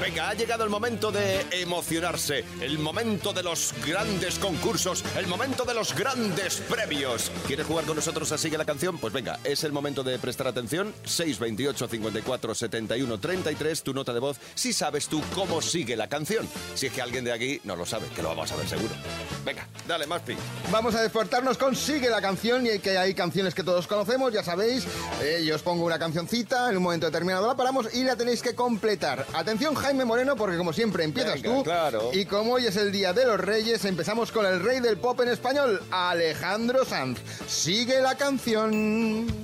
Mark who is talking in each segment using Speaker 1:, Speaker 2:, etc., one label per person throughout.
Speaker 1: Venga, ha llegado el momento de emocionarse, el momento de los grandes concursos, el momento de los grandes premios. ¿Quieres jugar con nosotros así que la canción? Pues venga, es el momento de prestar atención. 628 54 71 33, tu nota de voz, si sabes tú cómo sigue la canción. Si es que alguien de aquí no lo sabe, que lo vamos a ver seguro. Venga, dale, Maspi.
Speaker 2: Vamos a despertarnos con Sigue la canción y que hay canciones que todos conocemos, ya sabéis. Eh, yo os pongo una cancioncita, en un momento determinado la paramos y la tenéis que completar. Atención Jaime Moreno, porque como siempre empiezas
Speaker 1: Venga,
Speaker 2: tú.
Speaker 1: claro.
Speaker 2: Y como hoy es el Día de los Reyes, empezamos con el rey del pop en español, Alejandro Sanz. Sigue la canción.
Speaker 3: Que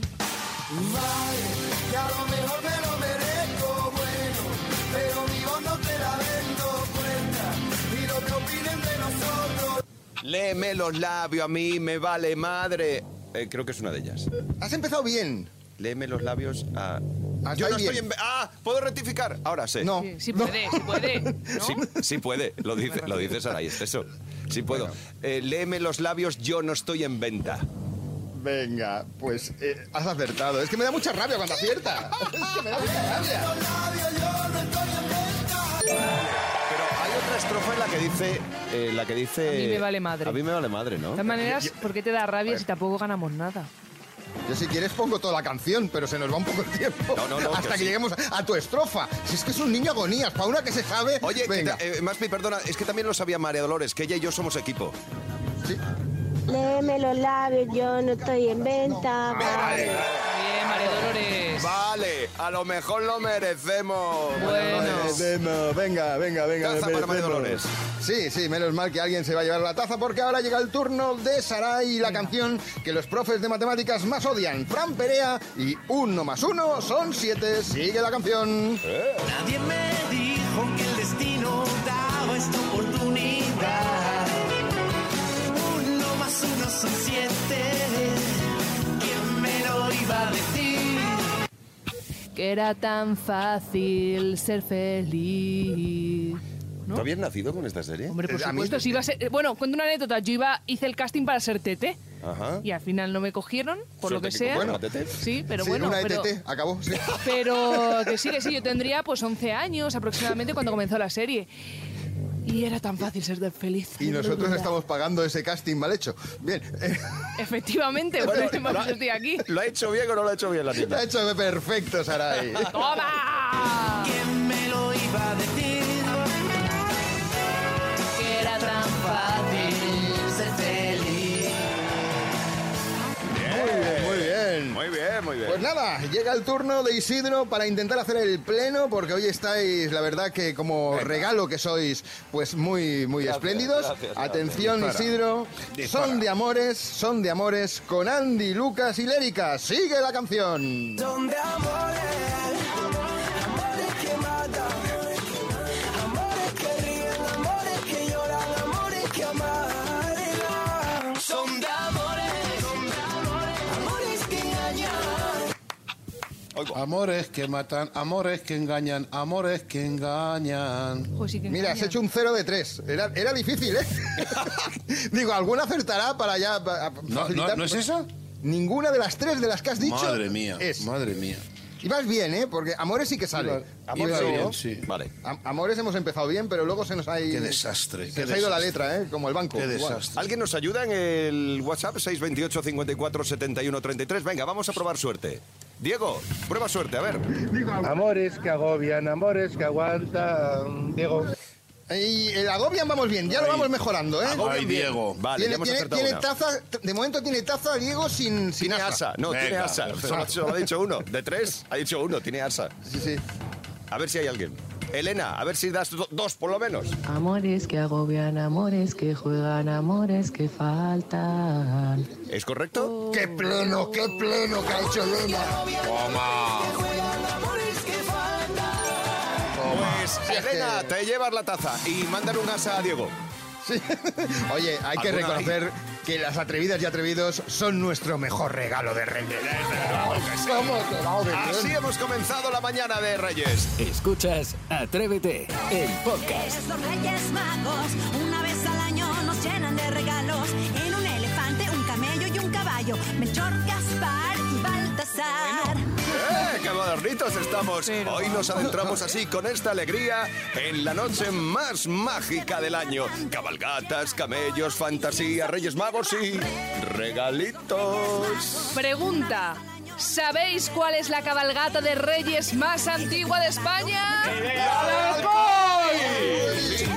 Speaker 3: a lo mejor me lo merezco, bueno, pero mi voz no te la vendo cuenta. Y lo que opinen de nosotros,
Speaker 1: Léeme los labios, a mí me vale madre. Eh, creo que es una de ellas.
Speaker 2: Has empezado bien.
Speaker 1: Léeme los labios a...
Speaker 2: Hasta
Speaker 1: Yo no
Speaker 2: ahí
Speaker 1: estoy
Speaker 2: bien.
Speaker 1: en... Ah, ¿puedo rectificar? Ahora sé.
Speaker 2: No.
Speaker 4: Sí, sí
Speaker 2: no.
Speaker 4: puede, sí puede. ¿no?
Speaker 1: Sí, sí puede, lo dice, lo dice Saray, es eso. Sí puedo. Eh, léeme los labios, yo no estoy en venta.
Speaker 2: Venga, pues eh, has acertado. Es que me da mucha rabia cuando acierta. Es que me da mucha rabia.
Speaker 1: Pero hay otra estrofa en la que dice... eh, la que dice...
Speaker 4: A mí me vale madre.
Speaker 1: A mí me vale madre, ¿no?
Speaker 4: De todas maneras, ¿por qué te da rabia si tampoco ganamos nada?
Speaker 2: Yo si quieres pongo toda la canción, pero se nos va un poco el tiempo.
Speaker 1: No, no, no,
Speaker 2: hasta
Speaker 1: que
Speaker 2: que,
Speaker 1: sí.
Speaker 2: lleguemos a, a tu estrofa. Si es que es un niño agonías, para una que se sabe.
Speaker 1: Oye, que
Speaker 2: venga.
Speaker 1: ta- eh, Maspi, perdona, es que también lo sabía María Dolores, que ella y yo somos equipo.
Speaker 2: Sí.
Speaker 5: Léeme los labios, yo no estoy en venta.
Speaker 1: Vale,
Speaker 4: Bien, María Dolores.
Speaker 1: vale, a lo mejor lo merecemos.
Speaker 4: Bueno.
Speaker 2: Eh, Venga, venga, venga.
Speaker 1: Taza para María Dolores.
Speaker 2: Sí, sí, menos mal que alguien se va a llevar la taza porque ahora llega el turno de Sarai y la canción que los profes de matemáticas más odian, Fran Perea y uno más uno son siete. Sigue la canción.
Speaker 1: ¿Eh?
Speaker 3: nadie me dijo que el destino daba esta oportunidad. Uno más uno son siete. ¿Quién me lo iba a decir?
Speaker 4: Que era tan fácil ser feliz. ¿No?
Speaker 1: ¿Tú habías nacido con esta serie?
Speaker 4: Hombre, por
Speaker 2: Eh, a mí-
Speaker 4: supuesto, si iba a ser... eh, Bueno, cuento una anécdota. Yo iba, hice el casting para ser tete
Speaker 1: Ajá.
Speaker 4: y al final no me cogieron, por lo
Speaker 1: Suerte
Speaker 4: que
Speaker 1: que
Speaker 4: sea.
Speaker 1: cogieron a Tete.
Speaker 4: Sí, pero
Speaker 2: Sí,
Speaker 4: bueno,
Speaker 2: una
Speaker 4: pero,
Speaker 2: ETT, acabó. sí.
Speaker 4: pero que sí, que sí, yo tendría pues 11 años aproximadamente cuando comenzó la serie. Y era tan fácil ser feliz.
Speaker 2: Y nosotros estamos pagando ese casting mal hecho. Bien, eh,
Speaker 4: Efectivamente, por eso
Speaker 1: lo
Speaker 4: hemos-
Speaker 1: ha-
Speaker 4: estoy aquí.
Speaker 1: ¿Lo ha hecho bien o no lo ha hecho bien la
Speaker 2: lo
Speaker 1: niña?
Speaker 2: ha hecho perfecto, Sarai.
Speaker 4: ¡Toma!
Speaker 3: ¿Quién me lo iba a decir?
Speaker 4: Que era tan fácil ser feliz.
Speaker 2: Muy bien.
Speaker 1: Muy bien, muy bien.
Speaker 2: Pues nada, llega el turno de Isidro para intentar hacer el pleno, porque hoy estáis, la verdad que como regalo que sois, pues muy, muy
Speaker 1: Gracias,
Speaker 2: espléndidos.
Speaker 1: gracias, gracias.
Speaker 2: Atención,
Speaker 1: Dispara.
Speaker 2: Isidro.
Speaker 1: Dispara.
Speaker 2: Son de amores, son de amores con Andy, Lucas y Lérica. Sigue la canción.
Speaker 3: Son de amores, amores que matan, amores que ríen, amores que lloran, amores que amargan. Son de amores, amores que engañan.
Speaker 6: Amores que matan, amores que engañan, amores que engañan.
Speaker 4: Ojo, sí que
Speaker 2: Mira, has
Speaker 4: engañan.
Speaker 2: hecho un 0 de 3. Era, era difícil, ¿eh? Digo, alguna acertará para ya. pa-
Speaker 6: ¿No, no,
Speaker 2: facilitar-
Speaker 6: ¿no es esa?
Speaker 2: Ninguna de las tres de las que has dicho.
Speaker 6: Madre mía,
Speaker 2: Es.
Speaker 6: madre mía.
Speaker 2: Y vas bien, ¿eh? Porque amores sí que sale.
Speaker 6: Iba
Speaker 2: sí,
Speaker 6: bien,
Speaker 2: ¿no?
Speaker 6: sí.
Speaker 1: Vale.
Speaker 2: Am- Amores hemos empezado bien, pero luego se nos ha ido.
Speaker 6: Qué desastre,
Speaker 2: Se
Speaker 6: qué
Speaker 2: nos ha ido la
Speaker 6: desastre.
Speaker 2: letra, ¿eh? Como el banco.
Speaker 6: Qué
Speaker 2: Igual.
Speaker 6: desastre.
Speaker 1: ¿Alguien nos ayuda en el WhatsApp? 628 54 71 33. Venga, vamos a probar suerte. Diego, prueba suerte, a ver.
Speaker 7: Amores que agobian, amores que aguantan. Diego.
Speaker 2: Y el agobian vamos bien, ya lo vamos mejorando, ¿eh?
Speaker 1: Agobian
Speaker 6: Ay,
Speaker 1: bien.
Speaker 6: Diego.
Speaker 1: Vale, ya
Speaker 2: tiene,
Speaker 1: hemos
Speaker 2: tiene-
Speaker 1: acertado
Speaker 2: tiene
Speaker 1: una.
Speaker 2: taza, de momento tiene taza Diego sin, sin
Speaker 1: Tiene
Speaker 2: asa.
Speaker 1: asa. No, tiene
Speaker 6: Venga,
Speaker 1: asa.
Speaker 6: perfecto.
Speaker 1: Solo, solo ha dicho uno. De tres, ha dicho uno. Tiene asa.
Speaker 2: Sí, sí.
Speaker 1: A ver si hay alguien. Elena, a ver si das do- dos por lo menos.
Speaker 8: Amores que agobian, amores que juegan, amores que faltan.
Speaker 1: ¿Es correcto?
Speaker 2: ¡Qué pleno, qué pleno que ha hecho Elena! Eh.
Speaker 1: Pues, Elena, te llevas la taza y mandan un asa a Diego.
Speaker 2: Sí. Oye, hay que
Speaker 1: ¿Alguna hay?
Speaker 2: reconocer que las atrevidas y atrevidos son nuestro mejor regalo de Reyes. ¿Cómo te va a obedecer?
Speaker 1: Así hemos comenzado la mañana de Reyes.
Speaker 9: Escuchas Atrévete, el podcast.
Speaker 10: Reyes, los Reyes Magos, una vez al año nos llenan de regalos. En un elefante, un camello y un caballo. Melchor, Gaspar y Baltasar.
Speaker 1: ¡Eh, qué modernitos estamos! Hoy nos adentramos así con esta alegría en la noche más mágica del año. Cabalgatas, camellos, fantasía, Reyes Magos y regalitos.
Speaker 4: Pregunta. ¿Sabéis cuál es la cabalgata de reyes más antigua de España?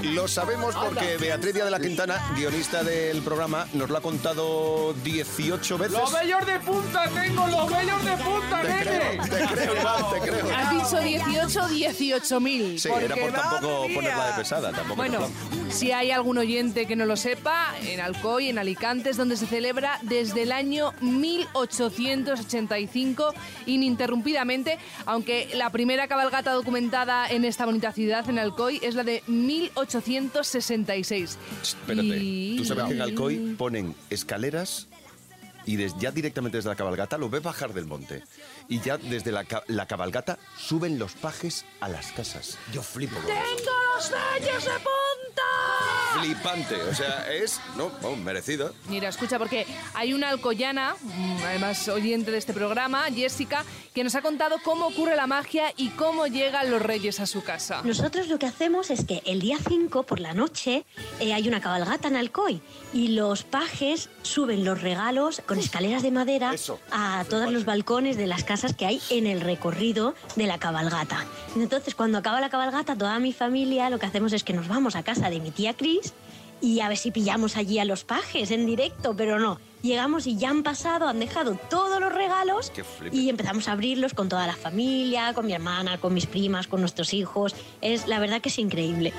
Speaker 1: Lo sabemos porque Beatriz Díaz de la Quintana, guionista del programa, nos lo ha contado 18 veces.
Speaker 11: ¡Los bellos de punta tengo! ¡Los bellos de punta,
Speaker 1: Te creo,
Speaker 11: nene!
Speaker 1: te creo, Iván, te creo.
Speaker 4: Has dicho 18 o 18 mil.
Speaker 1: Sí, era por tampoco ponerla de pesada, tampoco.
Speaker 4: Bueno,
Speaker 1: nos vamos.
Speaker 4: si hay algún oyente que no lo sepa, en Alcoy, en Alicante, es donde se celebra desde el año 1885 ininterrumpidamente, aunque la primera cabalgata documentada en esta bonita ciudad, en Alcoy, es la de 1866.
Speaker 1: Espérate,
Speaker 4: Y-
Speaker 1: tú sabes que en Alcoy ponen escaleras y des- ya directamente desde la cabalgata lo ves bajar del monte. Y ya desde la, ca- la cabalgata suben los pajes a las casas. Yo flipo con eso.
Speaker 4: ¡Tengo los reyes de punta!
Speaker 1: Flipante, o sea, es, no, vamos, merecido.
Speaker 4: Mira, escucha, porque hay una alcoyana, mm, además oyente de este programa, Jessica, que nos ha contado cómo ocurre la magia y cómo llegan los reyes a su casa.
Speaker 12: Nosotros lo que hacemos es que el día 5 por la noche eh, hay una cabalgata en Alcoy y los pajes suben los regalos con escaleras de madera
Speaker 13: Eso.
Speaker 12: a todos los balcones de las casas que hay en el recorrido de la cabalgata. Entonces, cuando acaba la cabalgata, toda mi familia lo que hacemos es que nos vamos a casa de mi tía Cris y a ver si pillamos allí a los pajes en directo, pero no. Llegamos y ya han pasado, han dejado todos los regalos
Speaker 1: Qué flipe.
Speaker 12: y empezamos a abrirlos con toda la familia, con mi hermana, con mis primas, con nuestros hijos. Es la verdad que es increíble.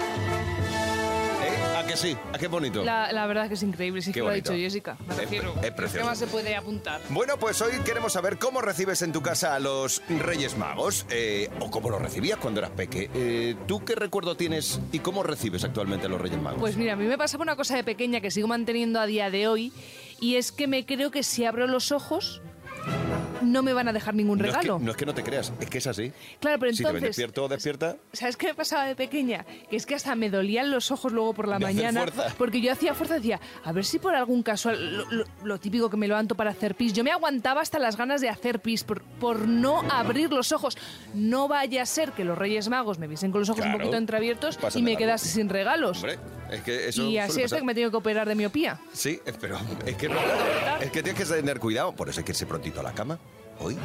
Speaker 1: ¿Eh? ¿A que sí? ¿A qué bonito?
Speaker 4: La, la verdad es que es increíble, sí
Speaker 1: Qué
Speaker 4: que lo ha
Speaker 1: bonito.
Speaker 4: dicho Jessica. Me
Speaker 1: Es
Speaker 4: refiero.
Speaker 1: pre- es precioso.
Speaker 4: ¿Qué más se puede apuntar?
Speaker 1: Bueno, pues hoy queremos saber cómo recibes en tu casa a los Reyes Magos eh, o cómo los recibías cuando eras peque. Eh, ¿Tú qué recuerdo tienes y cómo recibes actualmente a los Reyes Magos?
Speaker 4: Pues mira, a mí me pasaba una cosa de pequeña que sigo manteniendo a día de hoy y es que me creo que si abro los ojos no me van a dejar ningún
Speaker 1: no es que-
Speaker 4: regalo.
Speaker 1: no es que no te creas, es que es así.
Speaker 4: Claro, pero
Speaker 1: Si te ven
Speaker 4: entonces-
Speaker 1: despierto o despierta,
Speaker 4: ¿Sabes qué me pasaba de pequeña? Que es que hasta me dolían los ojos luego por la
Speaker 1: De hacer
Speaker 4: mañana.
Speaker 1: fuerza.
Speaker 4: Porque yo hacía fuerza, decía, a ver si por algún casual, lo, lo- lo típico que me levanto para hacer pis. Yo me aguantaba hasta las ganas de hacer pis por, por no abrir los ojos. No vaya a ser que los Reyes Magos me viesen con los ojos
Speaker 1: Claro.
Speaker 4: un poquito entreabiertos
Speaker 1: Pásate
Speaker 4: y me
Speaker 1: algo.
Speaker 4: quedase sin regalos.
Speaker 1: hombre, es que eso.
Speaker 4: y
Speaker 1: suele
Speaker 4: así es
Speaker 1: pasar.
Speaker 4: que me he tenido que operar de miopía.
Speaker 1: Sí, es- pero es que no, es que tienes que tener cuidado, por eso hay que irse prontito a la cama. Hoy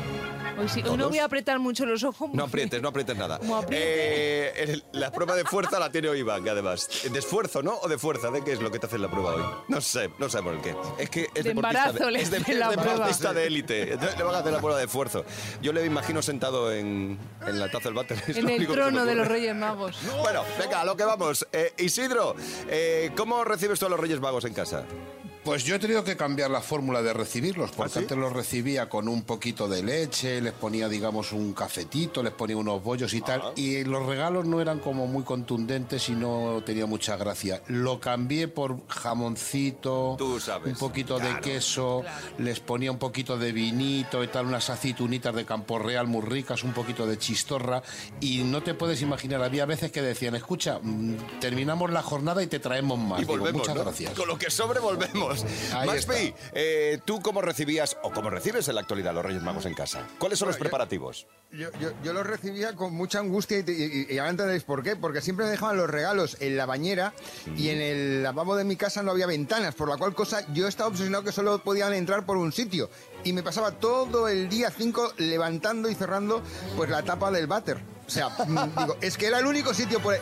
Speaker 4: Hoy, sí, hoy
Speaker 1: ¿Todos?
Speaker 4: no voy a apretar mucho los ojos.
Speaker 1: no aprietes, no aprietes nada.
Speaker 4: Como
Speaker 1: Eh, el- la prueba de fuerza la tiene hoy Iván, además. De esfuerzo, ¿no? ¿O de fuerza? ¿De qué es lo que te hace la prueba hoy? No sé, no sé por qué. Es que es
Speaker 4: De
Speaker 1: deportista
Speaker 4: embarazo le
Speaker 1: es de-
Speaker 4: hacen la
Speaker 1: es deportista
Speaker 4: prueba.
Speaker 1: de élite. Entonces Le van a hacer la prueba de esfuerzo. Yo le imagino sentado en, en la taza del váter. es
Speaker 4: En
Speaker 1: lo
Speaker 4: el
Speaker 1: único que se me
Speaker 4: trono de los
Speaker 1: ocurre.
Speaker 4: Reyes Magos.
Speaker 1: Bueno, venga, a lo que vamos. Eh, Isidro, eh, ¿cómo recibes tú a los Reyes Magos en casa?
Speaker 6: Pues yo he tenido que cambiar la fórmula de recibirlos, porque antes los recibía con un poquito de leche, les ponía, digamos, un cafetito, les ponía unos bollos y tal, y los regalos no eran como muy contundentes y no tenía mucha gracia. Lo cambié por jamoncito, un poquito de queso, les ponía un poquito de vinito y tal, unas aceitunitas de campo real muy ricas, un poquito de chistorra, y no te puedes imaginar, había veces que decían, escucha, mm, terminamos la jornada y te traemos más.
Speaker 1: y
Speaker 6: Digo,
Speaker 1: volvemos,
Speaker 6: muchas
Speaker 1: ¿no?
Speaker 6: gracias.
Speaker 1: Con lo que sobre volvemos.
Speaker 6: Ahí
Speaker 1: Maxpi, eh, ¿tú cómo recibías o cómo recibes en la actualidad los Reyes Magos en casa? ¿Cuáles son los preparativos?
Speaker 2: Yo, yo, yo los recibía con mucha angustia y, te- y- y ahora entenderéis por qué. Porque siempre me dejaban los regalos en la bañera y en el lavabo de mi casa no había ventanas, por la cual cosa yo estaba obsesionado que solo podían entrar por un sitio. Y me pasaba todo el día 5 levantando y cerrando pues la tapa del váter. O sea, mm, digo, es que era el único sitio por...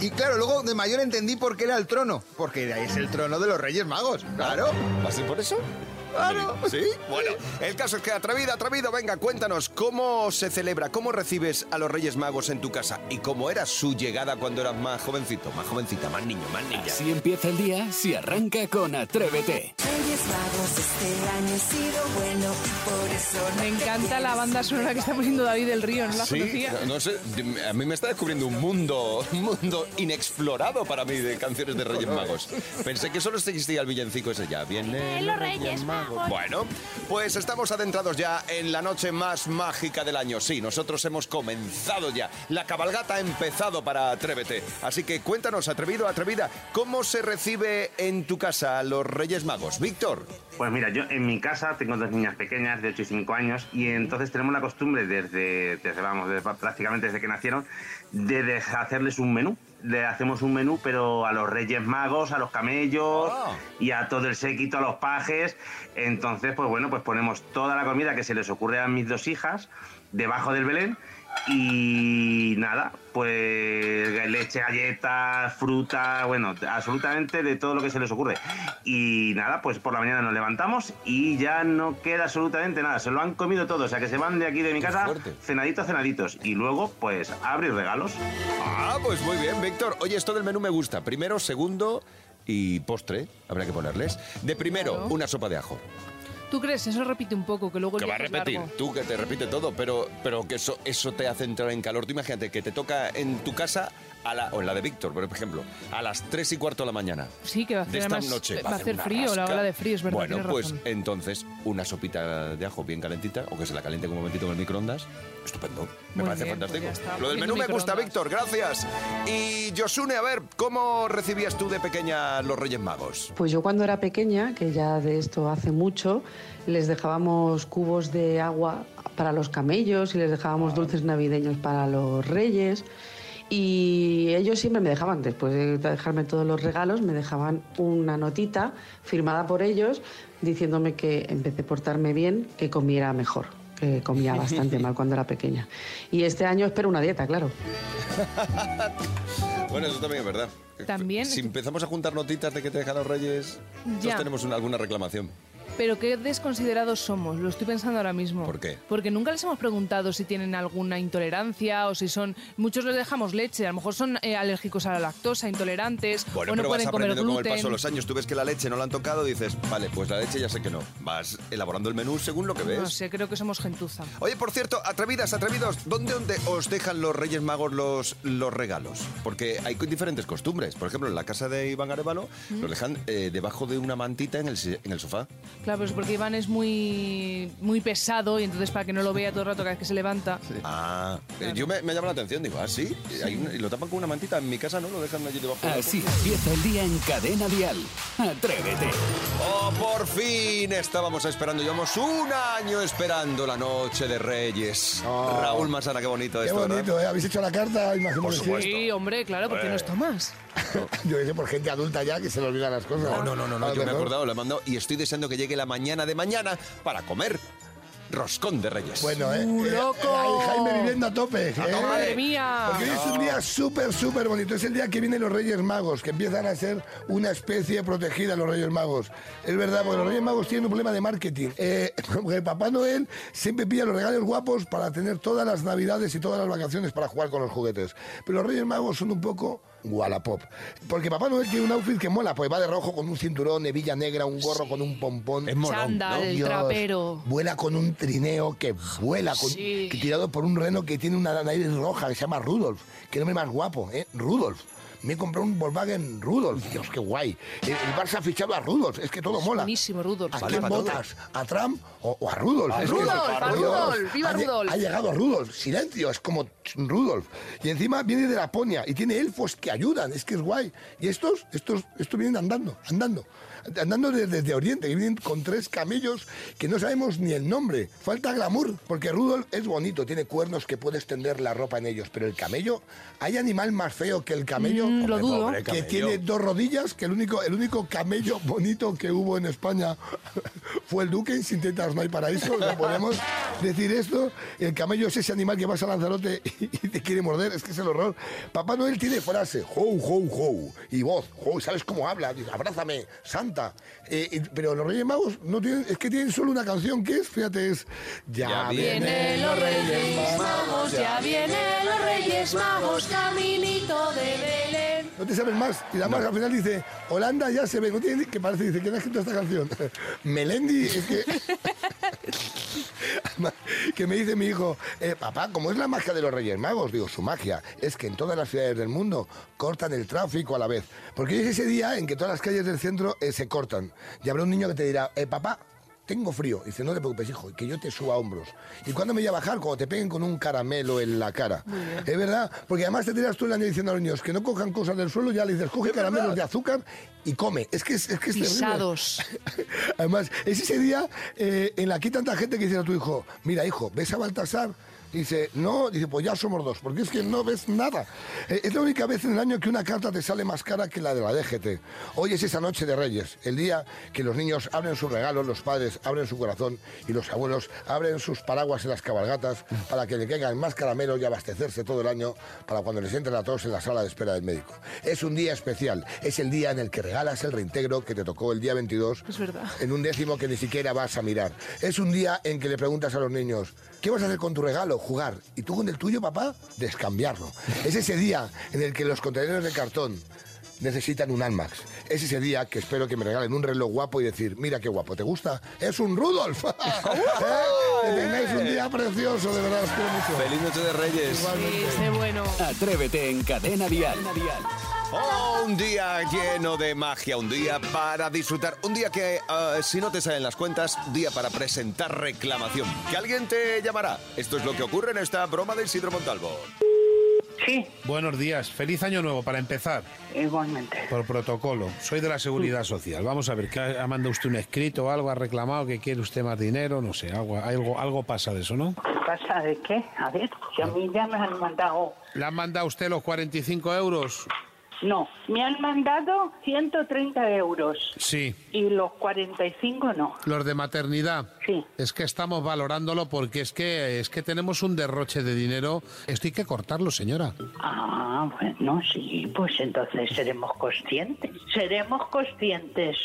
Speaker 2: Y claro, luego de mayor entendí por qué era el trono. Porque es el trono de los Reyes Magos, claro.
Speaker 1: ¿Va a ser por eso?
Speaker 2: Claro.
Speaker 1: ¿Sí? Bueno, el caso es que atrevido, atrevido, venga, cuéntanos, ¿cómo se celebra, cómo recibes a los Reyes Magos en tu casa y cómo era su llegada cuando eras más jovencito, más jovencita, más niño, más niña?
Speaker 9: Así empieza el día si arranca con Atrévete.
Speaker 10: Reyes Magos,
Speaker 13: Reyes Magos, este año he sido bueno, por eso
Speaker 4: Me encanta la banda sonora que está poniendo David del Río, ¿no la
Speaker 1: Sí,
Speaker 4: conocía?
Speaker 1: no sé, a mí me está descubriendo un mundo, un mundo inexplorado para mí de canciones de Reyes Magos. Pensé que solo existía el villancico ese ya. Viene
Speaker 3: Eh, los Reyes Magos.
Speaker 1: Bueno, pues estamos adentrados ya en la noche más mágica del año. Sí, nosotros hemos comenzado ya. La cabalgata ha empezado para Atrévete. Así que cuéntanos, atrevido, atrevida, ¿cómo se recibe en tu casa a los Reyes Magos? Víctor.
Speaker 14: Pues mira, yo en mi casa tengo dos niñas pequeñas de 8 y 5 años y entonces tenemos la costumbre desde, desde, vamos, desde- prácticamente desde que nacieron de dej- hacerles un menú. Le hacemos un menú, pero a los reyes magos, a los camellos y a todo el séquito, a los pajes. Entonces, pues bueno, pues ponemos toda la comida que se les ocurre a mis dos hijas debajo del Belén y nada, pues leche, galletas, fruta, bueno, absolutamente de todo lo que se les ocurre. Y nada, pues por la mañana nos levantamos y ya no queda absolutamente nada. Se lo han comido todo, o sea que se van de aquí de mi casa cenaditos, cenaditos. Y luego, pues, abrir regalos.
Speaker 1: Ah, pues muy bien, Víctor. Oye, esto del menú me gusta. Primero, segundo y postre, habrá que ponerles. De primero,
Speaker 4: Claro.
Speaker 1: una sopa de ajo.
Speaker 4: ¿Tú crees? Eso repite un poco, que luego el
Speaker 1: Que va a
Speaker 4: viaje es
Speaker 1: repetir,
Speaker 4: largo.
Speaker 1: tú que te repite todo, pero, pero que eso, eso te hace entrar en calor. Tú imagínate que te toca en tu casa, a la, o en la de Víctor, por ejemplo, a las 3 y cuarto de la mañana.
Speaker 4: Sí, que va a hacer,
Speaker 1: de esta
Speaker 4: además,
Speaker 1: noche.
Speaker 4: va a hacer
Speaker 1: una
Speaker 4: frío, la
Speaker 1: rasca.
Speaker 4: ola de frío, es verdad.
Speaker 1: Bueno,
Speaker 4: tienes
Speaker 1: pues
Speaker 4: razón.
Speaker 1: entonces una sopita de ajo bien calentita o que se la caliente con un momentito con el microondas. Estupendo. Me
Speaker 4: Muy
Speaker 1: parece
Speaker 4: bien, pues
Speaker 1: fantástico.
Speaker 4: ya está.
Speaker 1: Lo del menú
Speaker 4: Haciendo
Speaker 1: me gusta, Víctor. Gracias. Y Josune, a ver, ¿cómo recibías tú de pequeña los Reyes Magos?
Speaker 8: Pues yo cuando era pequeña, que ya de esto hace mucho, les dejábamos cubos de agua para los camellos y les dejábamos dulces navideños para los reyes. Y ellos siempre me dejaban, después de dejarme todos los regalos, me dejaban una notita firmada por ellos diciéndome que empecé a portarme bien, que comiera mejor, que comía bastante mal cuando era pequeña. Y este año espero una dieta, claro.
Speaker 1: Bueno, eso también es verdad.
Speaker 4: También.
Speaker 1: Si empezamos a juntar notitas de que te dejan los Reyes,
Speaker 4: Ya.
Speaker 1: todos tenemos una- alguna reclamación.
Speaker 4: Pero qué desconsiderados somos, lo estoy pensando ahora mismo.
Speaker 1: ¿Por qué?
Speaker 4: Porque nunca les hemos preguntado si tienen alguna intolerancia o si son... Muchos les dejamos leche, a lo mejor son eh, alérgicos a la lactosa, intolerantes,
Speaker 1: Bueno,
Speaker 4: o no
Speaker 1: pero vas
Speaker 4: pueden comer
Speaker 1: aprendiendo
Speaker 4: gluten.
Speaker 1: con el paso de los años. Tú ves que la leche no la han tocado, dices, vale, pues la leche ya sé que no. Vas elaborando el menú según lo que ves.
Speaker 4: No sé, creo que somos gentuza.
Speaker 1: Oye, por cierto, atrevidas, atrevidos, ¿dónde, dónde os dejan los Reyes Magos los, los regalos? Porque hay co- diferentes costumbres. Por ejemplo, en la casa de Iván Arevalo
Speaker 4: Mm.
Speaker 1: los dejan eh, debajo de una mantita en el, si- en el sofá.
Speaker 4: Claro, pero es porque Iván es muy, muy pesado y entonces para que no lo vea todo el rato cada vez que se levanta...
Speaker 1: Ah, eh, yo me, me llama la atención, digo, ah, sí, Hay un- y lo tapan con una mantita. En mi casa no, lo dejan allí debajo. de
Speaker 15: Ah,
Speaker 1: la
Speaker 9: Así empieza el día en Cadena Dial. Atrévete.
Speaker 1: Oh, por fin estábamos esperando. Llevamos un año esperando la noche de Reyes. Raúl Masana, qué bonito
Speaker 15: Ah. Qué
Speaker 1: esto,
Speaker 15: bonito, ¿eh? ¿Habéis hecho la carta? Imagino que sí.
Speaker 4: Sí, hombre, claro, porque no
Speaker 15: Eh.
Speaker 4: nos tomas.
Speaker 15: Yo dije por gente adulta ya que se le olvidan las cosas.
Speaker 1: No, no, no, no, no,
Speaker 15: A lo
Speaker 1: yo me he
Speaker 15: Ah, mejor.
Speaker 1: acordado, lo he mandado y estoy deseando que llegue la mañana de mañana para comer roscón de Reyes.
Speaker 15: Bueno, ¿eh?
Speaker 4: Uh,
Speaker 15: Eh, ahí Jaime viviendo a tope. ¿eh?
Speaker 4: ¡Madre mía!
Speaker 15: Porque hoy es un día súper, súper bonito. Es el día que vienen los Reyes Magos, que empiezan a ser una especie protegida los Reyes Magos. Es verdad, porque los Reyes Magos tienen un problema de marketing. Eh, porque Papá Noel siempre pilla los regalos guapos para tener todas las navidades y todas las vacaciones para jugar con los juguetes. Pero los Reyes Magos son un poco... Wallapop. Porque Papá Noel tiene un outfit que mola, pues va de rojo con un cinturón, hebilla negra, un gorro con un pompón. Es
Speaker 4: morón, Chándal, ¿no? trapero.
Speaker 15: Vuela con un trineo que vuela, con-
Speaker 4: Sí.
Speaker 15: que tirado por un reno que tiene una nariz roja que se llama Rudolf. Qué nombre más guapo, ¿eh? Rudolf. Me compré un Volkswagen Rudolf. Dios, qué guay. El, el Barça ha fichado a Rudolf. Es que todo mola.
Speaker 4: Buenísimo, Rudolf.
Speaker 15: ¿A quién votas? ¿A Trump o, o a Rudolf?
Speaker 4: A
Speaker 15: Ah, Es que-
Speaker 4: Rudolf, a Rudolf, viva
Speaker 15: ha lle-
Speaker 4: Rudolf.
Speaker 15: Ha llegado a Rudolf. Silencio, es como Rudolf. Y encima viene de Laponia y tiene elfos que ayudan. Es que es guay. Y estos, estos, estos vienen andando, andando. Andando de- desde, Oriente, que vienen con tres camellos que no sabemos ni el nombre. Falta glamour, porque Rudolf es bonito, tiene cuernos que puedes tender la ropa en ellos. Pero el camello, ¿hay animal más feo que el camello?
Speaker 4: Mm, lo Hombre, dudo. pobre
Speaker 15: Que
Speaker 4: camello.
Speaker 15: tiene dos rodillas, que el único, el único camello bonito que hubo en España fue el Duque, y sin tetas no hay paraíso, no podemos decir esto. El camello es ese animal que vas a Lanzarote y, y te quiere morder, es que es el horror. Papá Noel tiene frase, ho, ho, ho, y voz, ho, ¿sabes cómo habla? Dice, abrázame, santa. Eh, eh, pero los Reyes Magos no tienen, es que tienen solo una canción que es, fíjate, es... Ya,
Speaker 3: vienen los Reyes Magos, ya vienen los Reyes Magos, caminito de Belén.
Speaker 15: no te sabes más. Y la marca al final dice, Holanda ya se ve, no tiene ni que parece, dice, ¿quién ha escrito esta canción? Melendi, es que... que me dice mi hijo, eh, papá, ¿cómo es la magia de los Reyes Magos? Digo, su magia es que en todas las ciudades del mundo cortan el tráfico a la vez. Porque es ese día en que todas las calles del centro eh, se cortan. Y habrá un niño que te dirá, eh, papá, tengo frío. Y dice, no te preocupes, hijo, que yo te suba a hombros. ¿Y cuándo me voy a bajar? Cuando te peguen con un caramelo en la cara.
Speaker 16: Muy bien.
Speaker 15: Es verdad, porque además te tiras tú el año diciendo a los niños que no cojan cosas del suelo, ya le dices, coge caramelos de azúcar y come. Es que es, es que es terrible.
Speaker 4: Pisados.
Speaker 15: Además, es ese día eh, en la que hay tanta gente que dice a tu hijo, mira hijo, ¿ves a Baltasar? Dice, no, dice, pues ya somos dos, porque es que no ves nada. Eh, es la única vez en el año que una carta te sale más cara que la de la DGT. Hoy es esa noche de Reyes, el día que los niños abren sus regalos, los padres abren su corazón y los abuelos abren sus paraguas en las cabalgatas para que le caigan más caramelos y abastecerse todo el año para cuando les entren a todos en la sala de espera del médico. Es un día especial, es el día en el que regalas el reintegro que te tocó el día 22
Speaker 4: Es verdad.
Speaker 15: en un décimo que ni siquiera vas a mirar. Es un día en que le preguntas a los niños, ¿qué vas a hacer con tu regalo? Jugar. ¿Y tú con el tuyo, papá? Descambiarlo. Es ese día en el que los contenedores de cartón necesitan un Almax. Es ese día que espero que me regalen un reloj guapo y decir, mira qué guapo, ¿te gusta? Es un Rudolf. ¿Eh? Que tengáis un día precioso, de verdad, os quiero mucho.
Speaker 1: Feliz noche de Reyes.
Speaker 4: bueno.
Speaker 9: Atrévete en Cadena Dial.
Speaker 1: Oh, un día lleno de magia, un día para disfrutar, un día que eh, si no te salen las cuentas, un día para presentar reclamación. Que alguien te llamará. Esto es lo que ocurre en esta broma de Isidro Montalvo.
Speaker 6: Sí. Buenos días. Feliz año nuevo para empezar.
Speaker 17: Igualmente.
Speaker 6: Por protocolo. Soy de la Seguridad Social. Vamos a ver, ¿qué ha ha mandado usted un escrito o algo? ¿Ha reclamado que quiere usted más dinero? No sé, algo, algo, algo pasa de eso, ¿no?
Speaker 17: ¿Qué pasa? ¿De qué? A ver, si a mí ya me han mandado...
Speaker 6: ¿Le han mandado a usted los 45 euros?
Speaker 17: No, me han mandado 130 euros
Speaker 6: Sí.
Speaker 17: y los 45 no.
Speaker 6: Los de maternidad. Sí. Es que estamos valorándolo porque es que es que tenemos un derroche de dinero. Esto hay que cortarlo, señora.
Speaker 17: Ah, bueno, sí, pues entonces seremos conscientes. Seremos conscientes.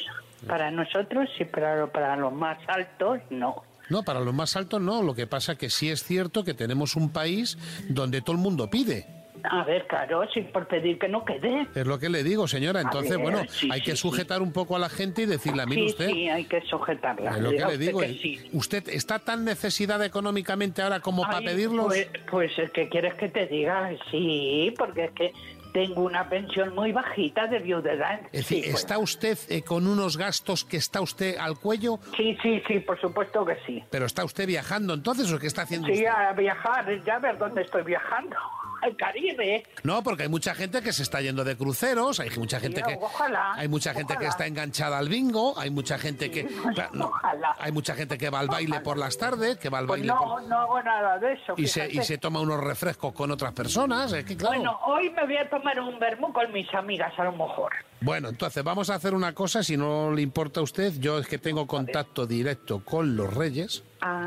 Speaker 17: Para nosotros sí, pero para los más altos no.
Speaker 6: No, para los más altos no. Lo que pasa que sí es cierto que tenemos un país donde todo el mundo pide.
Speaker 17: A ver, claro, sin por pedir que no quede.
Speaker 6: Es lo que le digo, señora.
Speaker 17: A
Speaker 6: Entonces,
Speaker 17: ver,
Speaker 6: bueno,
Speaker 17: sí,
Speaker 6: hay
Speaker 17: sí,
Speaker 6: que
Speaker 17: sí.
Speaker 6: sujetar un poco a la gente y decirle, mire
Speaker 17: sí,
Speaker 6: usted.
Speaker 17: sí, hay que sujetarla.
Speaker 6: Es lo que
Speaker 17: Diga
Speaker 6: le
Speaker 17: usted
Speaker 6: digo.
Speaker 17: que
Speaker 6: eh,
Speaker 17: sí.
Speaker 6: ¿Usted está tan necesidad económicamente ahora como para
Speaker 17: Ay,
Speaker 6: pedirlos?
Speaker 17: Pues, pues es que quieres que te diga, sí, porque es que tengo una pensión muy bajita de viudedad.
Speaker 6: Es decir,
Speaker 17: Sí, pues,
Speaker 6: ¿está usted eh, con unos gastos que está usted al cuello?
Speaker 17: Sí, sí, sí, por supuesto que sí.
Speaker 6: ¿Pero está usted viajando entonces o qué está haciendo
Speaker 17: sí,
Speaker 6: usted?
Speaker 17: a viajar, ya ver dónde estoy viajando. Al Caribe.
Speaker 6: No, porque hay mucha gente que se está yendo de cruceros, hay mucha gente que
Speaker 17: ojalá,
Speaker 6: hay mucha gente que
Speaker 17: ojalá.
Speaker 6: está enganchada al bingo, hay mucha gente que claro, no, hay mucha gente que va al baile por las tardes, que va al
Speaker 17: Pues
Speaker 6: baile
Speaker 17: no, no hago nada de eso.
Speaker 6: por- y se, y
Speaker 17: fíjate.
Speaker 6: se toma unos refrescos con otras personas, es que claro.
Speaker 17: Bueno, hoy me voy a tomar un vermú con mis amigas, a lo mejor.
Speaker 6: Bueno, entonces vamos a hacer una cosa, si no le importa a usted, yo es que tengo contacto directo con los reyes.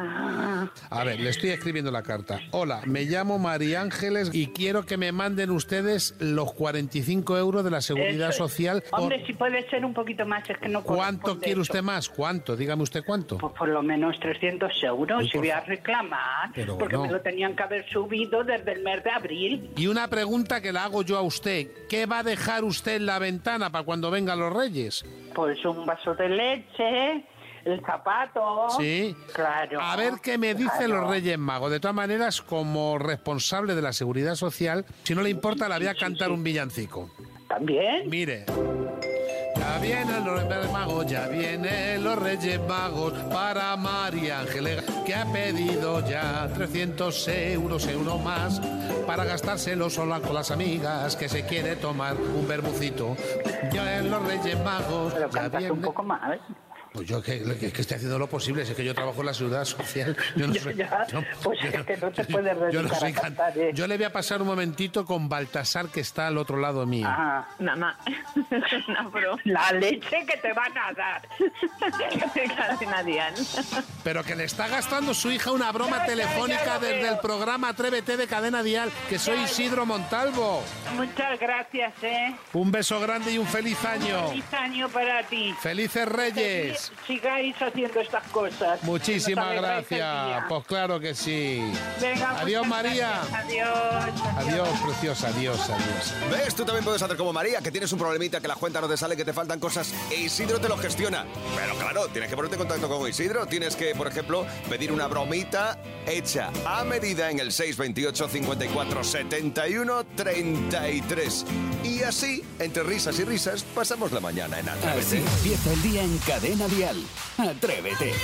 Speaker 17: Ah,
Speaker 6: A ver, le estoy escribiendo la carta. Hola, me llamo María Ángeles y quiero que me manden ustedes los 45 euros de la Seguridad
Speaker 17: Eso es.
Speaker 6: Social. por-
Speaker 17: Hombre, si puede ser un poquito más, es que no
Speaker 6: ¿Cuánto
Speaker 17: corresponde
Speaker 6: quiere
Speaker 17: eso.
Speaker 6: usted más? ¿Cuánto? Dígame usted cuánto.
Speaker 17: por lo menos 300 euros
Speaker 6: Uy,
Speaker 17: y
Speaker 6: por
Speaker 17: voy a
Speaker 6: favor.
Speaker 17: reclamar
Speaker 6: Pero
Speaker 17: porque
Speaker 6: bueno.
Speaker 17: me lo tenían que haber subido desde el mes de abril.
Speaker 6: Y una pregunta que la hago yo a usted. ¿Qué va a dejar usted en la ventana para cuando vengan los reyes?
Speaker 17: Pues un vaso de leche, el zapato.
Speaker 6: Sí.
Speaker 17: Claro.
Speaker 6: A ver qué me dicen
Speaker 17: claro.
Speaker 6: los Reyes Magos. De todas maneras, como responsable de la seguridad social, si no le importa, la voy a cantar un villancico.
Speaker 17: ¿También?
Speaker 6: Mire. Ya vienen los Reyes Magos, ya vienen los Reyes Magos para María Ángeles, que ha pedido ya 300 euros, euros más, para gastárselo sola con las amigas, que se quiere tomar un vermucito. Ya vienen los Reyes Magos, ya vienen... un poco
Speaker 17: más.
Speaker 6: Pues yo que, que- que estoy haciendo lo posible, si es que yo trabajo en la seguridad social. Yo no soy, yo- yo no- yo no soy can- Yo le voy a pasar un momentito con Baltasar, que está al otro lado mío.
Speaker 18: Ah,
Speaker 19: Mamá,
Speaker 17: La leche que te van a dar.
Speaker 6: Pero que le está gastando su hija una broma
Speaker 19: Ya, ya, ya
Speaker 6: telefónica
Speaker 19: lo
Speaker 6: desde
Speaker 19: veo.
Speaker 6: el programa Atrévete de Cadena Dial, que soy Isidro Montalvo.
Speaker 17: Muchas gracias, ¿eh?
Speaker 6: Un beso grande y un feliz año.
Speaker 17: Feliz año para ti.
Speaker 6: Felices Reyes. gracias.
Speaker 17: sigáis haciendo estas cosas.
Speaker 6: Muchísimas
Speaker 17: Nos alegráis el
Speaker 6: gracias.
Speaker 17: día.
Speaker 6: Pues claro que sí.
Speaker 17: Venga,
Speaker 6: adiós,
Speaker 17: muchas
Speaker 6: María.
Speaker 17: gracias. Adiós.
Speaker 6: Adiós, preciosa. Adiós, adiós.
Speaker 1: ¿Ves? Tú también puedes hacer como María, que tienes un problemita, que la cuenta no te sale, que te faltan cosas. E Isidro te lo gestiona. Pero claro, tienes que ponerte en contacto con Isidro. Tienes que, por ejemplo, pedir una bromita hecha a medida en el 628 54 71 33. Y así, entre risas y risas, pasamos la mañana en
Speaker 9: Así
Speaker 1: Atrévete.
Speaker 9: empieza el día en Cadena Dial. Atrévete.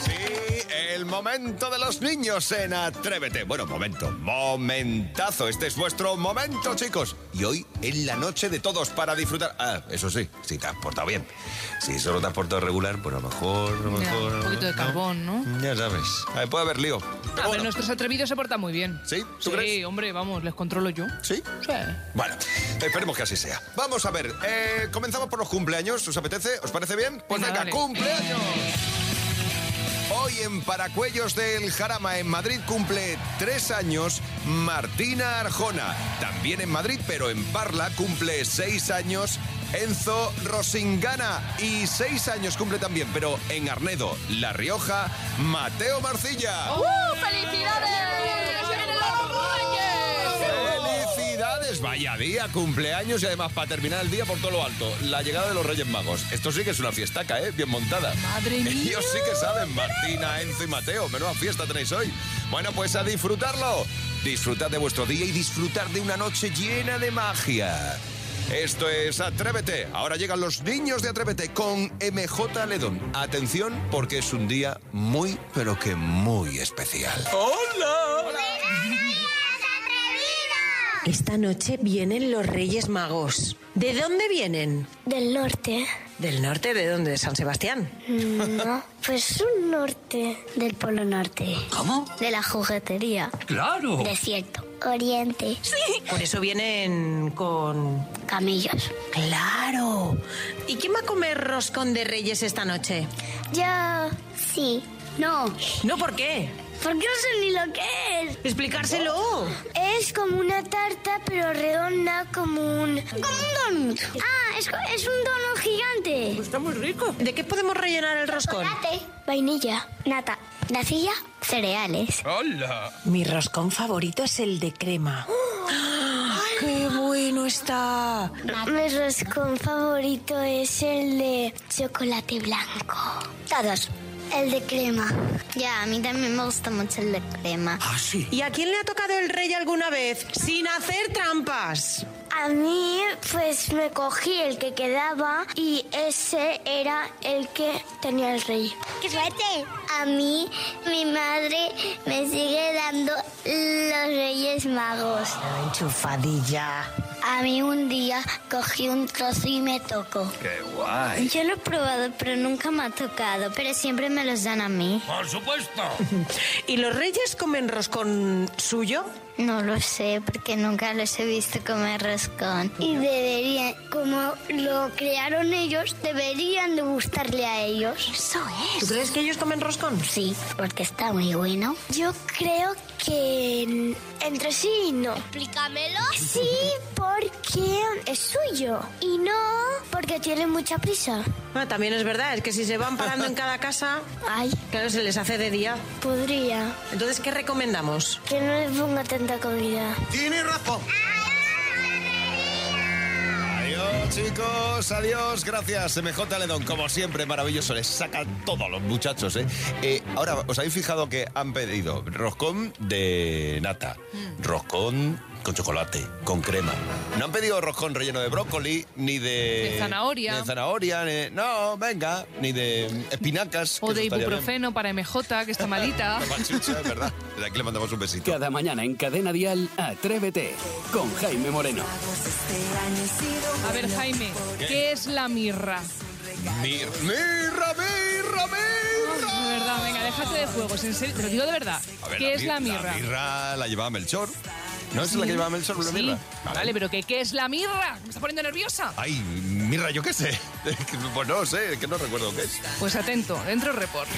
Speaker 1: Sí, el momento de los niños en Atrévete. Bueno, momento, momentazo. Este es vuestro momento, chicos. Y hoy es la noche de todos para disfrutar. Ah, eso sí, si te has portado bien. Si solo te has portado regular, pues a lo mejor, a lo
Speaker 4: Ya,
Speaker 1: mejor.
Speaker 4: un poquito de
Speaker 1: ¿no?
Speaker 4: carbón, ¿no?
Speaker 1: Ya sabes. Ahí puede haber lío.
Speaker 4: A ver, nuestros atrevidos se portan muy bien.
Speaker 1: ¿Sí?
Speaker 4: sí, hombre, vamos, les controlo yo.
Speaker 1: ¿Sí?
Speaker 4: Sí.
Speaker 1: Bueno, esperemos que así sea. Vamos a ver, eh, comenzamos por los cumpleaños. ¿Os apetece? ¿Os parece bien? Pues venga,
Speaker 4: dale.
Speaker 1: cumpleaños. Hoy en Paracuellos del Jarama, en Madrid, cumple tres años Martina Arjona. También en Madrid, pero en Parla, cumple seis años Enzo Rosingana. Y seis años cumple también, pero en Arnedo, La Rioja, Mateo Marcilla.
Speaker 4: ¡Oh! ¡Uh! ¡Felicidades!
Speaker 1: ¡Felicidades! Vaya día, cumpleaños y además para terminar el día por todo lo alto, la llegada de los Reyes Magos. Esto sí que es una fiestaca, ¿eh? Bien montada.
Speaker 4: ¡Madre mía!
Speaker 1: Ellos sí que saben, Martina, Enzo y Mateo. Menuda fiesta tenéis hoy. Bueno, pues a disfrutarlo. Disfrutad de vuestro día y disfrutad de una noche llena de magia. Esto es Atrévete. Ahora llegan los niños de Atrévete con MJ Ledón. Atención, porque es un día muy, pero que muy especial.
Speaker 16: ¡Hola!
Speaker 19: Esta noche vienen los Reyes Magos. ¿De dónde vienen?
Speaker 18: Del norte.
Speaker 19: ¿Del norte? ¿De dónde? ¿De San Sebastián?
Speaker 18: No, pues un norte. Del polo norte. ¿Cómo? De la juguetería.
Speaker 19: ¡Claro!
Speaker 18: Desierto. Oriente. Sí.
Speaker 19: Por eso vienen con...
Speaker 18: Camellos.
Speaker 19: ¡Claro! ¿Y quién va a comer roscón de Reyes esta noche?
Speaker 18: Yo sí. No.
Speaker 19: ¿No por qué?
Speaker 18: Porque no sé ni lo que es.
Speaker 19: Explicárselo.
Speaker 18: Es como una tarta, pero redonda como un... Como un donut. Ah, es, co- es un donut gigante.
Speaker 19: Está muy rico. ¿De qué podemos rellenar el roscón?
Speaker 18: Vainilla. Nata. Nacilla. Cereales.
Speaker 19: ¡Hola! Mi roscón favorito es el de crema. ¡Qué bueno está!
Speaker 18: Mi roscón favorito es el de chocolate blanco. Todos. El de crema. Ya, a mí también me gusta mucho el de crema.
Speaker 19: Ah, sí. ¿Y a quién le ha tocado el rey alguna vez? Sin hacer trampas.
Speaker 18: A mí, pues me cogí el que quedaba y ese era el que tenía el rey. ¡Qué suerte! A mí, mi madre me sigue dando los reyes magos.
Speaker 19: Enchufadilla.
Speaker 18: A mí un día cogí un trozo y me tocó.
Speaker 1: ¡Qué guay!
Speaker 18: Yo lo he probado, pero nunca me ha tocado. Pero siempre me los dan a mí.
Speaker 19: Por supuesto. ¿Y los reyes comen roscón suyo?
Speaker 18: No lo sé, porque nunca los he visto comer roscón. Y deberían, como lo crearon ellos, deberían de gustarle a ellos. Eso es.
Speaker 19: ¿Tú crees que ellos comen roscón?
Speaker 18: Sí, porque está muy bueno. Yo creo que en- entre sí y no. Explícamelo. Sí, porque es suyo. Y no porque tiene mucha prisa.
Speaker 19: Ah, también es verdad, es que si se van parando en cada casa,
Speaker 18: Ay,
Speaker 19: claro, se les hace de día.
Speaker 18: podría.
Speaker 19: Entonces, ¿qué recomendamos?
Speaker 18: Que no le ponga tanta comida.
Speaker 1: Tiene razón. Adiós, chicos. Adiós. Gracias, MJ Ledón. Como siempre, maravilloso. Les sacan todo a los muchachos, ¿eh? Eh, Ahora, ¿os habéis fijado que han pedido roscón de nata,
Speaker 4: Mm.
Speaker 1: roscón con chocolate, con crema? No han pedido roscón relleno de brócoli, ni de...
Speaker 4: De zanahoria.
Speaker 1: Ni de zanahoria, ni- No, venga. Ni de espinacas.
Speaker 4: O
Speaker 1: que
Speaker 4: de
Speaker 1: eso estaría bien.
Speaker 4: ibuprofeno para MJ, que está malita.
Speaker 1: La machucha, es verdad. Desde aquí le mandamos un besito.
Speaker 9: Cada mañana en Cadena Dial, Atrévete con Jaime Moreno.
Speaker 4: A ver, Jaime,
Speaker 9: ¿Qué?
Speaker 4: ¿qué es la mirra?
Speaker 1: Mir- mirra, mirra, mirra.
Speaker 4: De verdad, venga, déjate de juegos, en serio, te lo digo de verdad.
Speaker 1: A ver,
Speaker 4: ¿Qué es
Speaker 1: mir-
Speaker 4: la mirra?
Speaker 1: La mirra la llevaba Melchor. ¿No es la que llevaba Melchor la
Speaker 4: Sí,
Speaker 1: mirra?
Speaker 4: Vale, pero ¿qué, ¿qué es la mirra? Me está poniendo nerviosa.
Speaker 1: Ay, mirra, yo qué sé. Pues no sé, que no recuerdo qué es.
Speaker 4: Pues atento, dentro report.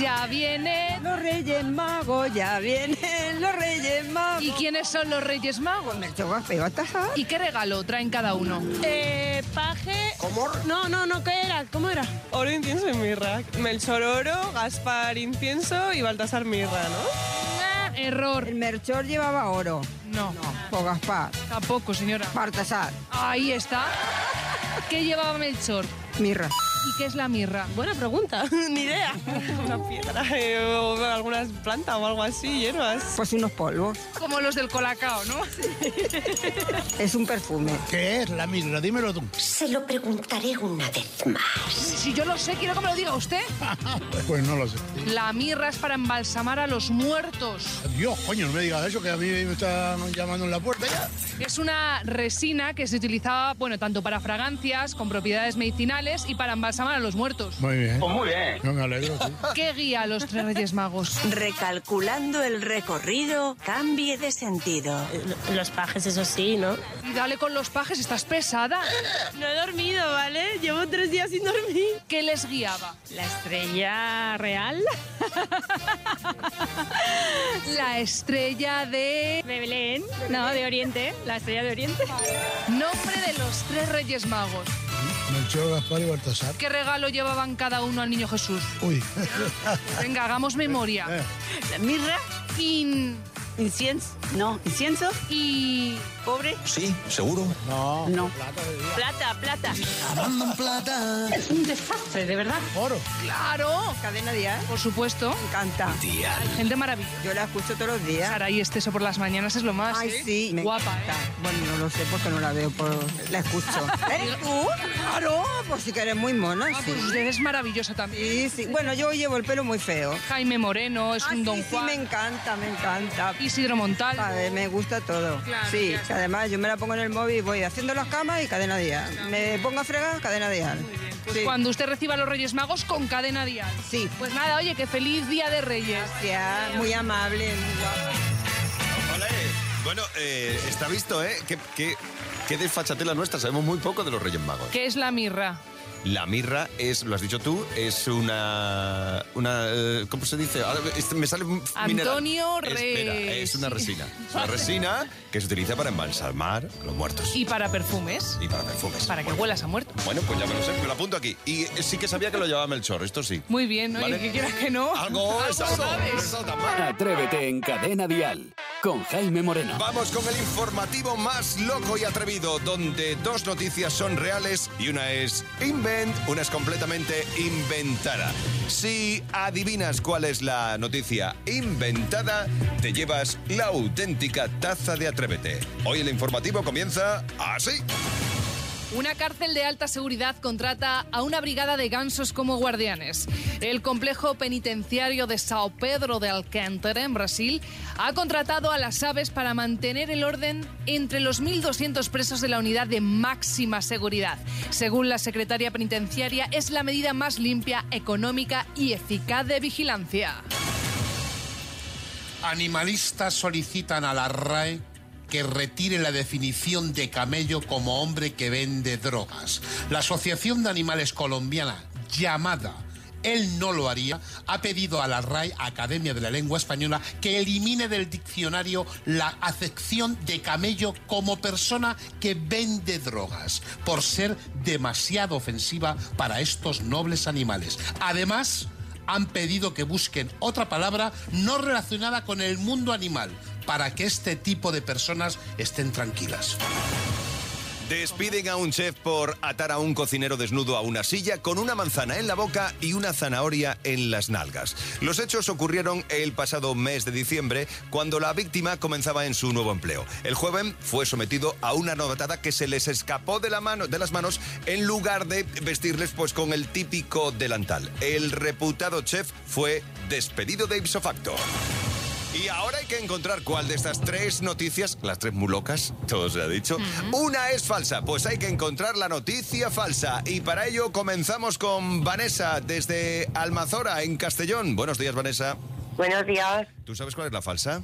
Speaker 4: Ya vienen
Speaker 20: los Reyes Magos, ya vienen los Reyes Magos.
Speaker 4: ¿Y quiénes son los Reyes Magos?
Speaker 20: Yo, va, pegó a taja.
Speaker 4: ¿Y qué regalo traen cada uno? Eh, paje
Speaker 16: amor? No, no, no, ¿qué era? ¿Cómo era?
Speaker 21: Oro, incienso y mirra. Melchor oro, Gaspar incienso y Baltasar mirra, ¿no?
Speaker 4: Error.
Speaker 20: El Merchor llevaba oro.
Speaker 4: No.
Speaker 20: O Gaspar.
Speaker 4: Tampoco, señora.
Speaker 20: Baltasar.
Speaker 4: Ahí está. ¿Qué llevaba Melchor?
Speaker 20: Mirra.
Speaker 4: ¿Y qué es la mirra?
Speaker 16: Buena pregunta, ni idea.
Speaker 21: Una piedra eh, o algunas plantas o algo así, hierbas.
Speaker 20: Pues unos polvos.
Speaker 4: Como los del colacao, ¿no?
Speaker 20: Es un perfume.
Speaker 22: ¿Qué es la mirra? Dímelo tú.
Speaker 13: Se lo preguntaré una vez más.
Speaker 4: Si yo lo sé, quiero que me lo diga usted.
Speaker 22: Pues no lo sé.
Speaker 4: La mirra es para embalsamar a los muertos.
Speaker 22: Dios, coño, no me digas eso, que a mí me están llamando en la puerta ya.
Speaker 4: Es una resina que se utilizaba, bueno, tanto para fragancias, con propiedades medicinales y para embalsamar a los muertos.
Speaker 22: Muy bien.
Speaker 14: Pues muy bien.
Speaker 22: No me alegro, sí.
Speaker 4: ¿Qué guía a los tres reyes magos?
Speaker 23: Recalculando el recorrido, cambie de sentido.
Speaker 16: Los pajes, eso sí, ¿no?
Speaker 4: Y dale con los pajes, estás pesada.
Speaker 16: No he dormido, ¿vale? Llevo tres días sin dormir.
Speaker 4: ¿Qué les guiaba?
Speaker 16: La estrella real.
Speaker 4: La estrella de...
Speaker 16: De Belén. No, de Oriente. La estrella de Oriente.
Speaker 4: Nombre de los tres reyes magos.
Speaker 22: Melchor, Gaspar y Baltasar.
Speaker 4: ¿Qué regalo llevaban cada uno al niño Jesús?
Speaker 22: Uy.
Speaker 4: Venga, hagamos memoria.
Speaker 23: La mirra,
Speaker 4: In...
Speaker 23: incienso, no, incienso,
Speaker 4: Y...
Speaker 23: cobre,
Speaker 9: Sí, seguro.
Speaker 22: No.
Speaker 23: No.
Speaker 22: Plata,
Speaker 16: Plata, plata.
Speaker 22: Abundan plata.
Speaker 23: Es un desastre, de verdad.
Speaker 22: Oro.
Speaker 4: ¡Claro!
Speaker 20: Cadena dial.
Speaker 4: Por supuesto.
Speaker 20: Me encanta.
Speaker 4: Gente maravillosa.
Speaker 20: Yo la escucho todos los días.
Speaker 4: Sara y Esteso por las mañanas es lo más.
Speaker 20: Ay,
Speaker 4: ¿eh?
Speaker 20: sí. me
Speaker 4: Guapa,
Speaker 20: encanta.
Speaker 4: ¿eh?
Speaker 20: Bueno, no lo sé porque no la veo, por... la escucho. ¿Eres tú? Claro, pues sí que eres muy mona,
Speaker 4: Ah,
Speaker 20: sí.
Speaker 4: pues usted es maravillosa también.
Speaker 20: Sí, sí. Bueno, yo llevo el pelo muy feo.
Speaker 4: Jaime Moreno es
Speaker 20: Ah,
Speaker 4: un don
Speaker 20: sí, sí,
Speaker 4: Juan.
Speaker 20: me encanta, me encanta.
Speaker 4: Isidro Montal.
Speaker 20: Padre, me gusta todo.
Speaker 4: Claro,
Speaker 20: sí,
Speaker 4: ya está.
Speaker 20: que además yo me la pongo en el móvil y voy haciendo las camas y cadena dial. Me pongo a fregar, cadena dial.
Speaker 4: Pues
Speaker 20: Sí.
Speaker 4: cuando usted reciba a los Reyes Magos con cadena dial.
Speaker 20: Sí.
Speaker 4: Pues nada, oye, que feliz día de Reyes.
Speaker 20: Gracias, muy amable, muy guapa.
Speaker 1: Ole. Bueno, eh, está visto, ¿eh? Qué, qué, qué desfachatez la nuestra. Sabemos muy poco de los Reyes Magos.
Speaker 4: ¿Qué es la mirra?
Speaker 1: La mirra es, lo has dicho tú, es una. una eh, ¿Cómo se dice? Ahora, este, me sale un mineral.
Speaker 4: Antonio
Speaker 1: Espera,
Speaker 4: Reyes.
Speaker 1: es una resina. Es una resina que se utiliza para embalsamar a los muertos
Speaker 4: Y para perfumes.
Speaker 1: y para perfumes.
Speaker 4: Para que huelas a muerto.
Speaker 1: Bueno, pues ya me lo sé, me lo apunto aquí. Y eh, sí que sabía que lo llevaba Melchor, esto sí.
Speaker 4: Muy bien, oye,
Speaker 1: Vale.
Speaker 4: que quieras que no.
Speaker 1: Algo, exacto,
Speaker 4: sabes.
Speaker 1: exacto.
Speaker 9: Atrévete en Cadena Dial con Jaime Moreno.
Speaker 1: Vamos con el informativo más loco y atrevido, donde dos noticias son reales y una es invent, una es completamente inventada. Si adivinas cuál es la noticia inventada, te llevas la auténtica taza de Atrévete. Hoy el informativo comienza así.
Speaker 4: Una cárcel de alta seguridad contrata a una brigada de gansos como guardianes. El complejo penitenciario de Sao Pedro de Alcántara, en Brasil, ha contratado a las aves para mantener el orden entre los 1.200 presos de la unidad de máxima seguridad. Según la secretaria penitenciaria, es la medida más limpia, económica y eficaz de vigilancia.
Speaker 6: Animalistas solicitan a la RAE que retire la definición de camello como hombre que vende drogas. La Asociación de Animales Colombiana, llamada Él no lo haría, ha pedido a la RAE, Academia de la Lengua Española, que elimine del diccionario la acepción de camello como persona que vende drogas, por ser demasiado ofensiva para estos nobles animales. Además, han pedido que busquen otra palabra no relacionada con el mundo animal para que este tipo de personas estén tranquilas.
Speaker 1: Despiden a un chef por atar a un cocinero desnudo a una silla con una manzana en la boca y una zanahoria en las nalgas. Los hechos ocurrieron el pasado mes de diciembre cuando la víctima comenzaba en su nuevo empleo. El joven fue sometido a una novatada que se les escapó de, la mano, de las manos en lugar de vestirles pues con el típico delantal. El reputado chef fue despedido de ipso facto. Y ahora hay que encontrar cuál de estas tres noticias, las tres muy locas, todo se ha dicho, una es falsa. Pues hay que encontrar la noticia falsa. Y para ello comenzamos con Vanessa desde Almazora, en Castellón. Buenos días, Vanessa.
Speaker 24: Buenos días.
Speaker 1: ¿Tú sabes cuál es la falsa?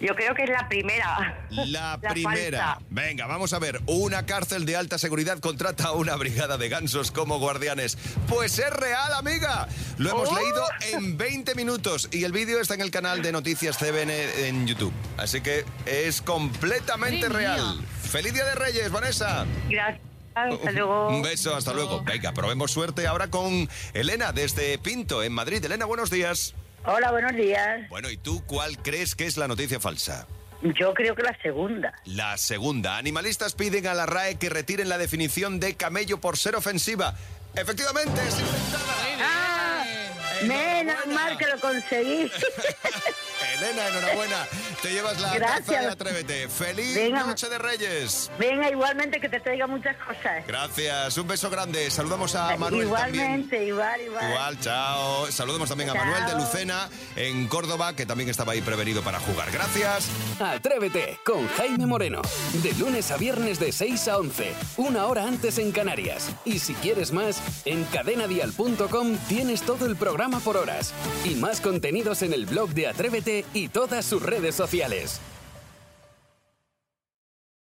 Speaker 24: Yo creo que es la primera.
Speaker 1: La,
Speaker 24: La
Speaker 1: primera.
Speaker 24: falsa.
Speaker 1: Venga, vamos a ver. Una cárcel de alta seguridad contrata a una brigada de gansos como guardianes. Pues es real, amiga. Lo hemos
Speaker 24: Oh.
Speaker 1: leído en 20 minutos y el vídeo está en el canal de Noticias CBN en YouTube. Así que es completamente
Speaker 24: Madre
Speaker 1: real. ¡Feliz Día de Reyes, Vanessa!
Speaker 24: Gracias. Hasta luego.
Speaker 1: Un beso, hasta luego. Venga, probemos suerte ahora con Elena desde Pinto, en Madrid. Elena, buenos días.
Speaker 24: Hola, buenos días.
Speaker 1: Bueno, ¿y tú cuál crees que es la noticia falsa?
Speaker 24: Yo creo que la segunda.
Speaker 1: La segunda. Animalistas piden a la RAE que retiren la definición de camello por ser ofensiva. Efectivamente, es
Speaker 24: Ah, menos mal que lo conseguí.
Speaker 1: Elena, enhorabuena. Te llevas la
Speaker 24: Gracias.
Speaker 1: taza de Atrévete. ¡Feliz
Speaker 24: Venga.
Speaker 1: Noche de Reyes!
Speaker 24: Venga, igualmente que te traiga muchas cosas.
Speaker 1: Gracias, un beso grande. Saludamos a Manuel también.
Speaker 24: igualmente, igual, igual.
Speaker 1: Igual, chao. Saludamos también a
Speaker 24: Chao.
Speaker 1: Manuel de Lucena en Córdoba, que también estaba ahí prevenido para jugar. Gracias.
Speaker 9: Atrévete con Jaime Moreno. De lunes a viernes de 6 a 11. Una hora antes en Canarias. Y si quieres más, en cadenadial.com tienes todo el programa por horas. Y más contenidos en el blog de Atrévete y todas sus redes sociales.